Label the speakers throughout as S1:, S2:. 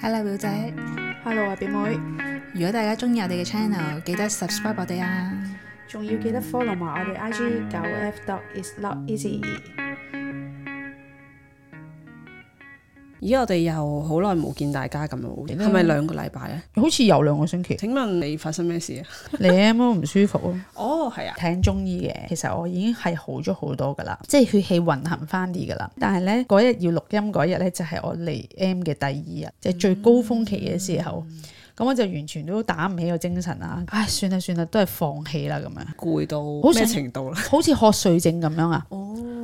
S1: Hello 表姐，
S2: Hello 啊，表妹，
S1: 如果大家中意我哋嘅 channel，記得 subscribe 我哋啊！
S2: 仲要記得 follow 埋我哋 IG 九 F dot is not easy。
S3: 咦，我哋又好耐冇見大家咁咯，係咪兩個禮拜咧？
S4: 好似有兩個星 期，
S3: 請問你發生咩事啊？
S4: 你 M 都唔舒服咯。
S3: 哦，係啊，
S4: 睇中醫嘅，其實我已經係好咗好多噶啦，即係血氣運行翻啲噶啦。但係咧，嗰日要錄音嗰日咧，就係、我嚟 M 嘅第二日，即係最高峰期嘅時候。咁我就完全都打唔起個精神啊啦，嗯唉，算啦算啦，都係放棄啦咁 樣，
S3: 攰到
S4: 好
S3: 咩
S4: 想
S3: 程度啦？
S4: 好似瞌睡症咁樣啊。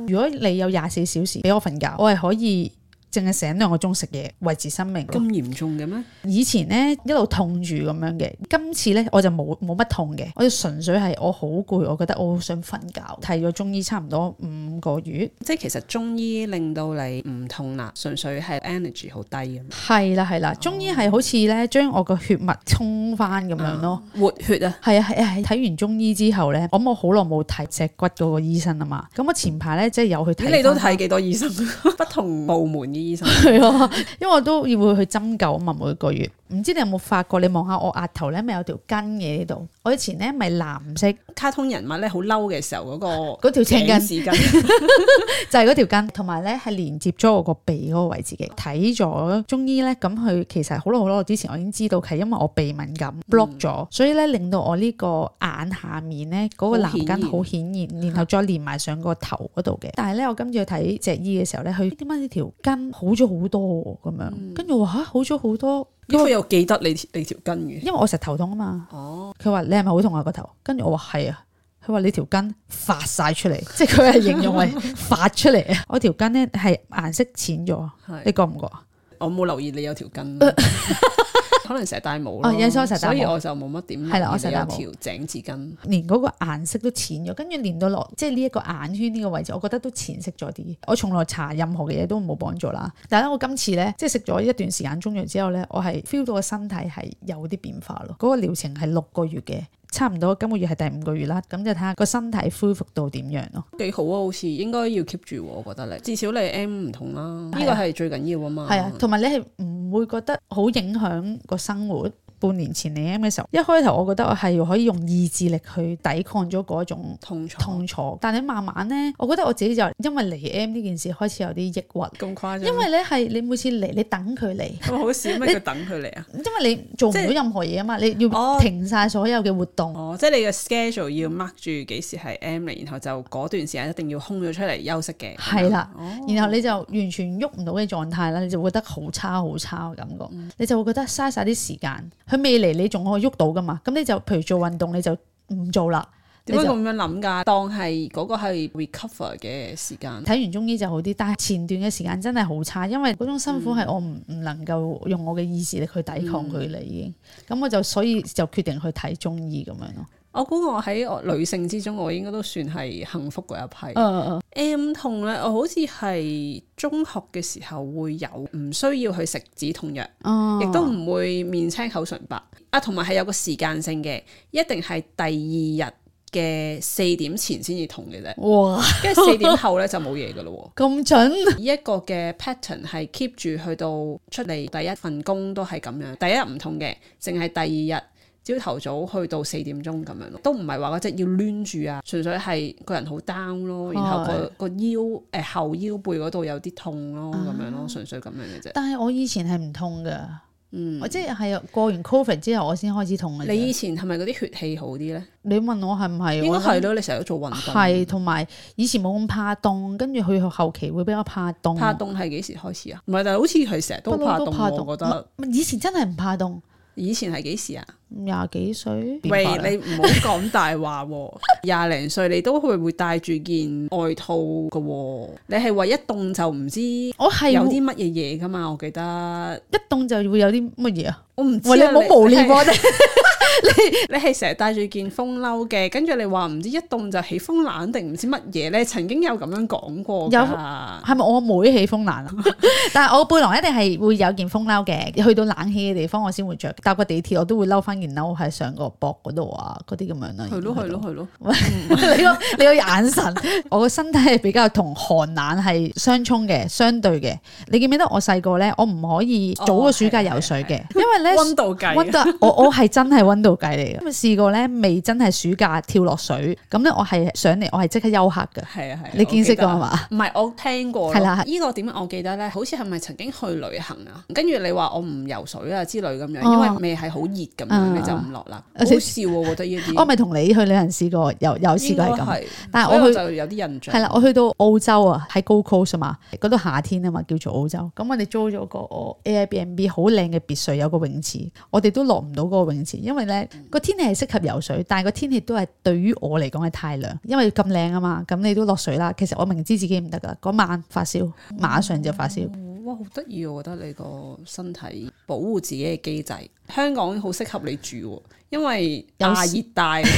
S4: 如果你有廿四小時俾我瞓覺，我係可以淨係醒兩個鐘食嘢維持生命。
S3: 咁嚴重嘅咩？
S4: 以前咧一路痛住咁樣嘅，今次咧我就冇冇乜痛嘅，我就純粹係我好攰，我覺得我好想瞓覺，睇咗中醫差唔多五個月，
S3: 即係其實中醫令到你唔痛啦，純粹係 energy 好低咁，
S4: 係啦係啦，中醫係好似咧將我個血脈衝翻咁樣咯。
S3: 活血啊！
S4: 係啊係啊，係睇完中醫之後咧，咁我好耐冇睇脊骨嗰個醫生啊嘛，咁我前排咧即係有去睇
S3: 咦，
S4: 返，
S3: 你都睇幾多醫生？ 不同部門嘅醫生。
S4: 係咯， 因為我都要會去針灸啊嘛，每個月。唔知你有冇發覺？你望下我額頭咧，咪有條筋嘅呢度。我以前咧咪藍色
S3: 卡通人物咧好嬲嘅時候嗰個
S4: 嗰條青筋。
S3: 頸紙巾
S4: 就係嗰條筋，同埋咧係連接咗我個鼻嗰個位置
S3: 哦
S4: 嘅。睇咗中醫咧，咁佢其實好耐好耐之前我已經知道係因為我鼻敏
S3: 嗯
S4: 感 block 咗，所以咧令到我呢個眼下面咧嗰、個
S3: 好顯嗯
S4: 藍
S3: 然
S4: 筋好顯然，然後再連埋上個頭嗰度嘅。但係咧，我今次去睇脊醫嘅時候咧，佢點解呢條筋好咗好多喎咁
S3: 嗯
S4: 樣？跟住我話嚇好咗好多，
S3: 咁佢又記得你你條筋嘅。
S4: 因為我成日頭痛啊嘛。
S3: 哦，
S4: 佢話你係咪好痛啊個頭？跟住我話係啊。佢話你條筋發晒出嚟，即係佢係形容為發出嚟啊！我條筋咧係顏色淺咗，你
S3: 係。
S4: 覺唔覺啊？
S3: 我冇留意你有條 筋。可能成日戴帽
S4: 哦
S3: 咯，
S4: 有時我成日戴
S3: 所以
S4: 帽
S3: 我就冇乜點留意
S4: 係啦我成日戴
S3: 你
S4: 帽
S3: 有條井字巾。
S4: 連嗰個顏色都淺咗，跟住連到落即係呢一個眼圈呢個位置，我覺得都淺色咗啲。我從來搽任何嘅嘢都冇幫助啦。但係咧，我今次咧即係食咗一段時間中藥之後咧，我係 feel 到個身體係有啲變化咯。嗰、個療程係六個月嘅，差唔多今個月係第五個月啦。咁就睇下個身體恢復到點樣咯。
S3: 幾好啊，好似應該要 keep 住喎，我覺得你至少你 M 唔同啦，呢
S4: 係
S3: 個
S4: 啊
S3: 係最緊要啊嘛。
S4: 係啊，同埋你係唔會覺得好影響個生活。半年前你 M 嘅時候，一開頭我覺得我係可以用意志力去抵抗咗嗰種
S3: 痛楚
S4: 痛楚，但你慢慢咧，我覺得我自己就因為嚟 M 呢件事開始有啲抑鬱，
S3: 咁誇張，
S4: 因為咧係你每次嚟你等佢嚟，
S3: 咁好少咩叫等佢嚟啊？
S4: 因為你做唔到
S3: 即係
S4: 任何嘢啊嘛，你要
S3: 哦
S4: 停晒所有嘅活動。
S3: 哦，即係你嘅 schedule
S4: 嗯
S3: 要 mark 住幾時係 M 嚟，然後就嗰段時間一定要空咗出嚟休息嘅。
S4: 係啦
S3: 哦，
S4: 然後你就完全喐唔到嘅狀態啦，你就會覺得好差好差嘅感覺，
S3: 嗯
S4: 你就會覺得嘥晒啲時間。佢未嚟你仲可以喐到噶嘛？咁你就譬如做運動你就唔做啦。你
S3: 點解
S4: 就
S3: 咁樣諗㗎？當係嗰個係 recover 嘅時間。
S4: 睇完中醫就好啲，但係前段嘅時間真係好差，因為嗰種辛苦係我唔唔能夠用我嘅意志力去抵抗佢啦，已經。咁我就所以就決定去睇中醫咁樣咯。
S3: 我估我喺我女性之中，我應該都算係幸福嗰一批。
S4: 嗯嗯
S3: M 痛咧，我好似係中學嘅時候會有，唔需要去食止痛藥。
S4: 嗯，
S3: 亦都唔會面青口唇白啊，同埋係有個時間性嘅，一定係第二日嘅四點前先至痛嘅啫，
S4: 哇
S3: 跟住四點後咧就冇嘢噶咯
S4: 咁準，
S3: 喎。呢一個嘅 pattern 係 keep 住去到出嚟第一份工都係咁樣，第一日唔痛嘅，淨係第二日。朝頭早去到四點鐘咁樣咯，都唔係話嗰隻要攣住啊，純粹係個人好 down 咯，然後個個腰誒、後腰背嗰度有啲痛咯
S4: 啊
S3: 咁樣咯，純粹咁樣嘅啫。嗯
S4: 但係我以前係唔痛噶。我即係啊過完 Covid 之後，我先開始痛嘅啫。
S3: 你以前係咪嗰啲血氣好啲咧？
S4: 你問我係唔係？
S3: 應該係
S4: 咯。嗯
S3: 咯，你成日都做運動。
S4: 係，同埋以前冇咁怕凍，跟住去後期會比較怕凍。
S3: 怕凍係幾時開始啊？唔係，但係好似係成日
S4: 不
S3: 都怕
S4: 嬲
S3: 凍
S4: 都怕
S3: 喎。
S4: 凍，
S3: 我覺得
S4: 唔係以前真係唔怕凍，
S3: 以前係幾時啊？
S4: 廿幾歲。
S3: 喂，
S4: 變化啦
S3: 你唔好講大話 喎！廿零歲你都會會帶住件外套㗎喎，你係話一凍就唔知有
S4: 我係會
S3: 啲乜嘢嘢㗎嘛？我記得
S4: 一凍就會有啲乜嘢啊？
S3: 我唔知啊
S4: 喂，你唔好無聊我哋。
S3: 你係成日帶住件風褸嘅，跟住你話唔知一凍就起風冷定唔知乜嘢，你曾經有咁樣講過
S4: 有
S3: 㗎。
S4: 係咪我妹起風 冷啊？但係我背囊一定係會有件風褸嘅，去到冷氣嘅地方我先會着。搭個地鐵我都會嬲翻件褸喺上個膊嗰度啊，嗰啲咁樣啦。
S3: 係咯係咯係咯，
S4: 你個你個眼神，我個身體係比較同寒冷係相衝嘅，相對嘅。你記唔記得我細個咧？我唔可以
S3: 哦
S4: 早個暑假游水嘅，因為咧
S3: 温度計
S4: 温
S3: 啊，
S4: 度，我我係真係温度計嚟嘅。因為試過咧，未真係暑假跳落水，咁咧我係上嚟，我係即刻休克嘅。
S3: 係啊係啊。
S4: 你見識過係
S3: 我記得
S4: 嘛？
S3: 唔係我聽過
S4: 係啦
S3: 啦
S4: 係，
S3: 依個點我記得咧，好似係咪曾經去旅行啊？跟住你話我唔游水啊之類咁樣，
S4: 哦
S3: 因為未係好熱咁
S4: 嗯
S3: 樣，你就唔落啦。
S4: 嗯
S3: 好笑喎，我覺得呢啲。
S4: 我咪同你去旅行試過，有有試過係
S3: 應
S4: 咁。
S3: 該係，
S4: 但係
S3: 所以
S4: 我去
S3: 就有啲印象。
S4: 係啦，我去到澳洲啊，喺 Gold Coast 啊嘛，嗰度夏天啊嘛，叫做澳洲。咁我哋租咗個哦 Airbnb 好靚嘅別墅，有個泳池，我哋都落唔到嗰個泳池，因為咧
S3: 嗯
S4: 個天氣係適合游水，但係個天氣都係對於我嚟講係太涼，因為咁靚啊嘛，咁你都落水啦。其實我明知自己唔得噶，嗰晚發燒，馬上就發燒。
S3: 哇，好得意啊！我覺得你個身體保護自己嘅機制，香港好適合你住喎，因為
S4: 有
S3: 亞熱帶，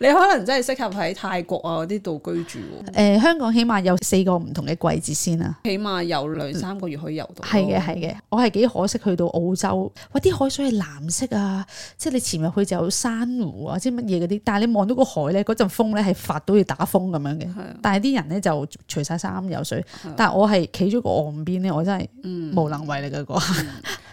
S3: 你可能真係適合喺泰國啊嗰啲度居住喎，
S4: 誒、香港起碼有四個唔同嘅季節先啊。
S3: 起碼有兩三個月可以游到。
S4: 係嘅，係嘅，我係幾可惜去到澳洲，哇！啲海水係藍色啊，即係你潛入去就有珊瑚啊，即係乜嘢嗰啲。但係你望到個海咧，嗰陣風咧係發到要打風咁樣嘅。
S3: 啊
S4: 但係啲人咧就除晒衫游水，但係我係企咗個岸邊咧，我真
S3: 嗯
S4: 係無能為力啊嘅嗰下。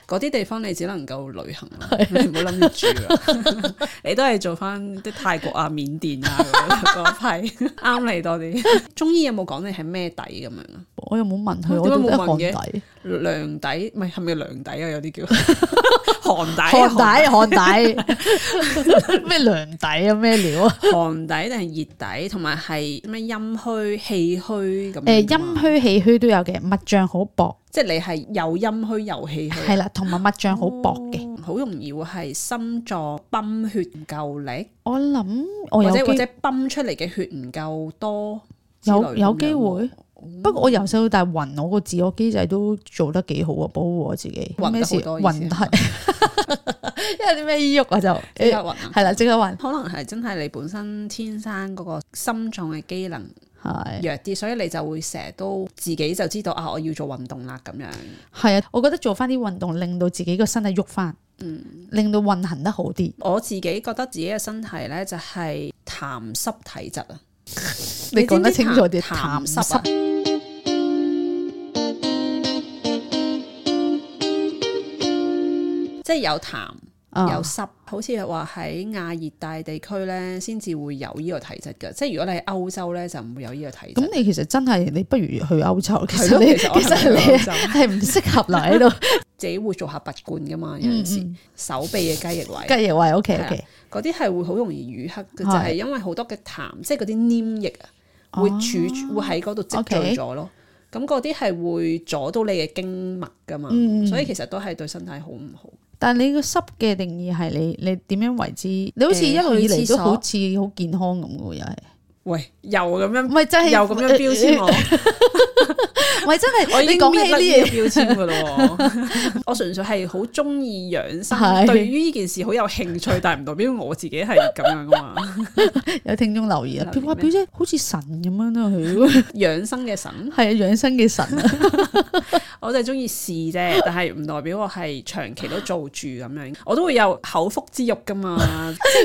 S3: 嗰啲地方你只能夠旅行啦，你唔好諗住住啦， 你都係做翻啲泰國啊、緬甸啊嗰嗰批，啱你多啲。中醫有冇講你係咩底咁樣啊？
S4: 我又冇 問佢，
S3: 點
S4: 我
S3: 解
S4: 都
S3: 冇
S4: 得
S3: 問
S4: 寒
S3: 嘅
S4: 底，
S3: 涼底，唔係係咪涼底啊？有 啲叫寒底，
S4: 寒底，寒底， 咩涼底啊，咩料啊？
S3: 寒底定係熱底，同埋係咩陰虛、氣虛咁樣㗎嘛。啊
S4: 誒，陰虛氣虛都有嘅，脈象好薄，
S3: 即係你係又陰虛又氣虛，
S4: 係啦，同埋脈象好薄嘅。
S3: 好容易會係心臟泵血唔夠力，
S4: 我諗我
S3: 或
S4: 哦有
S3: 者或
S4: 機
S3: 者泵出嚟嘅血唔夠多之類咁樣喎。
S4: 有有機會，不
S3: 嗯
S4: 過我由細到大暈，我個自我機制都做得幾好啊，保護我自己。
S3: 暈得
S4: 咩事
S3: 好多意思
S4: 暈係， 因為啲咩醫郁啊就
S3: 即刻
S4: 誒
S3: 暈啊！
S4: 係啦，即刻暈
S3: 可能係真係你本身天生嗰個心臟嘅機能
S4: 係
S3: 弱啲，所以你就會成日都自己就知道啊，我要做運動啦咁樣。
S4: 係啊！我覺得做翻啲運動，令到自己個身體喐翻，
S3: 嗯
S4: 令到運行得好啲。
S3: 我自己覺得自己嘅身體咧就係痰濕體質啊。
S4: 你講得清楚啲，
S3: 痰
S4: 痰
S3: 濕啊
S4: 濕。
S3: 即係有痰有
S4: 啊，
S3: 濕，好似話喺亞熱帶地區咧，先至會有呢個體質嘅。即係如果你喺歐洲咧，就唔會有呢個體質
S4: 咁。你其實真係你不如去歐洲，其
S3: 係
S4: 實
S3: 咯，
S4: 你
S3: 其實我
S4: 其實
S3: 係
S4: 你
S3: 歐洲
S4: 係唔適合留喺度。
S3: 自己會做下拔罐噶嘛， 有
S4: 嗯
S3: 陣時
S4: 嗯
S3: 手臂嘅雞翼位。
S4: 繼而話 OK
S3: 係啊
S4: OK，
S3: 嗰啲係會好容易淤黑嘅，就
S4: 係哦
S3: 係因為好多嘅痰，即係嗰啲黏液啊，會儲會喺嗰度積聚咗咯。咁嗰啲係會阻到你嘅經脈噶嘛，
S4: 嗯
S3: 所以其實都係對身體好唔好。
S4: 但係你個濕嘅定義係你你點樣為之？你好似
S3: 誒
S4: 一路以
S3: 去廁
S4: 嚟
S3: 所
S4: 都好似好健康咁嘅喎，又係
S3: 喂，又咁樣
S4: 唔，係真係呃
S3: 又咁樣標籤我。
S4: 唔係真
S3: 我
S4: 係
S3: 已
S4: 你
S3: 經
S4: 講
S3: 講
S4: 起
S3: 起
S4: 呢
S3: 呢
S4: 嘢，
S3: 個標籤噶咯， 我純粹係好中意養生，
S4: 係
S3: 對於呢件事好有興趣，但係唔代表我自己係咁樣噶 嘛。
S4: 有聽眾留言啊，
S3: 留
S4: 表
S3: 言
S4: 話
S3: 咩
S4: 表姐好似神咁樣 啦，佢
S3: 養生嘅神，
S4: 係啊養生嘅神 啊，
S3: 我就係中意試 啫，但係唔代表我係長期都做住咁樣，我都會有口腹之欲噶 嘛。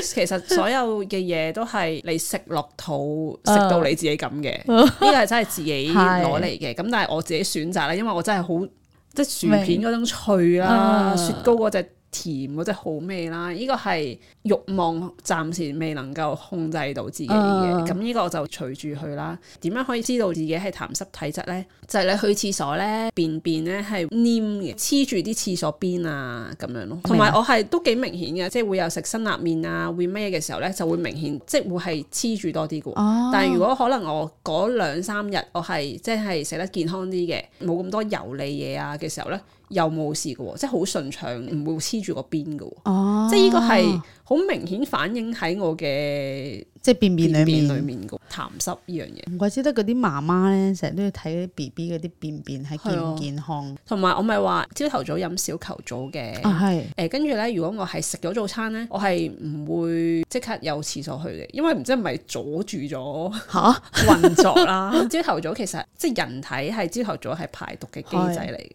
S3: 即係其實所有嘅嘢都係你食落肚，
S4: 啊
S3: 食到你自己咁嘅，呢個係真係自己攞嚟嘅。咁但係我自己選擇啦，因為我真係好即係薯片嗰種脆啦，
S4: 啊
S3: 雪糕嗰只。甜嗰隻好味啦，呢個係慾望暫時未能夠控制到自己嘅，
S4: 啊
S3: 咁呢、個就隨住去啦。點樣可以知道自己係痰濕體質呢？就係、你去廁所呢，便便呢係黏嘅，黐住啲廁所邊啊咁樣咯。同埋我係都幾明顯嘅，即係會有食辛辣麵啊，會咩嘅時候呢，就會明顯，即係會係黐住多啲嘅喎。
S4: 哦
S3: 但係如果可能我嗰兩三日我係即係食得健康啲嘅，冇咁多油膩嘢啊嘅時候呢，又冇事嘅喎，即係好順暢，唔會黐住個邊嘅喎。
S4: 哦
S3: 即係呢個係好明顯反映喺我嘅
S4: 即係便便
S3: 便便
S4: 裡面
S3: 裡面嘅痰濕呢樣嘢。
S4: 唔怪之得嗰啲媽媽咧，成日都要睇 B B 嗰啲便便係健
S3: 啊
S4: 唔健康
S3: 同埋我咪話朝頭早飲小球早嘅。
S4: 啊，係
S3: 誒跟住咧，如果我係食咗早餐咧，我係唔會即刻有廁所去嘅，因為唔知係咪阻住咗
S4: 嚇
S3: 運作啦。 朝頭早其實即係人體係朝頭早係排毒嘅機制嚟嘅。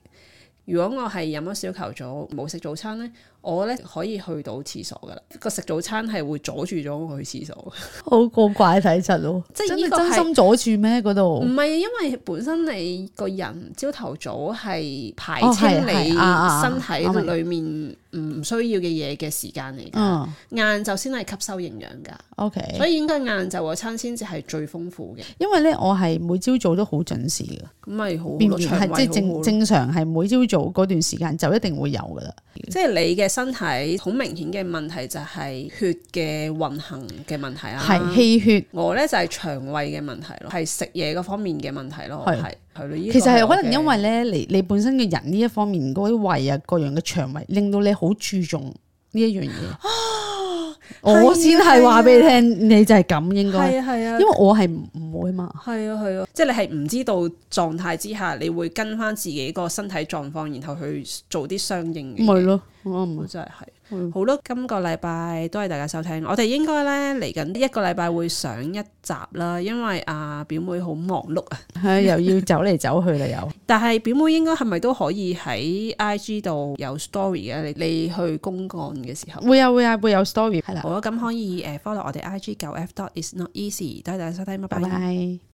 S3: 如果我係飲咗小球早冇食早餐咧，我咧可以去到廁所噶啦。個食早餐係會阻住咗我去廁所。
S4: 好個怪體質咯，
S3: 即
S4: 即
S3: 係
S4: 係
S3: 呢
S4: 真
S3: 個係
S4: 係真心阻住咩嗰
S3: 唔
S4: 度？
S3: 係，啊因為本身你個人朝頭早係排
S4: 哦
S3: 清
S4: 係
S3: 你
S4: 係啊啊
S3: 身體
S4: 我明
S3: 裏面唔需要嘅嘢嘅時間嚟㗎。
S4: 嗯
S3: 晏晝先係吸收營養㗎，所
S4: ，OK，
S3: 以應該晏晝嗰餐先至係最豐富嘅。
S4: 因為咧我係每朝早都好準時嘅，
S3: 咁咪好
S4: 便
S3: 咯，
S4: 便
S3: 腸
S4: 係
S3: 胃
S4: 即
S3: 好好
S4: 係正
S3: 咯
S4: 正常係每朝早嗰段時間就一定會有噶啦。
S3: 即係你嘅身體好明顯嘅問題就係血嘅運行嘅問題啦。啊
S4: 係氣血，
S3: 我咧就係腸胃嘅問題咯，係食嘢嗰方面嘅問題咯，
S4: 係
S3: 係係咯。
S4: 其實係可能因為
S3: 你
S4: 咧，你你本身嘅人呢一方面嗰啲胃啊，各樣嘅腸胃，令到你好注重呢一樣嘢。
S3: 啊
S4: 我先係話俾你聽，你就係咁應該，
S3: 係啊係啊
S4: 因為，我係唔唔會嘛。
S3: 係啊係啊，即係你係唔知道狀態之下，你會跟翻自己個身體狀況，然後去做啲相應嘅
S4: 咪係
S3: 嘢。
S4: 咯，我唔
S3: 我真係係好咯，今個禮拜多謝大家收聽。我哋應該咧嚟緊一個禮拜會上一集啦，因為啊表妹好忙碌啊。
S4: 係又要走嚟走去啦， 又
S3: 但係表妹應該係咪都可以喺 IG 度有 story 嘅？你你去公幹嘅時候。
S4: 會啊會啊會有 story 係啦，
S3: 呃好啊，咁可以誒 follow 我哋 IG 九 F dot is not easy。多謝大家收聽，拜
S4: 拜
S3: 拜。
S4: 拜。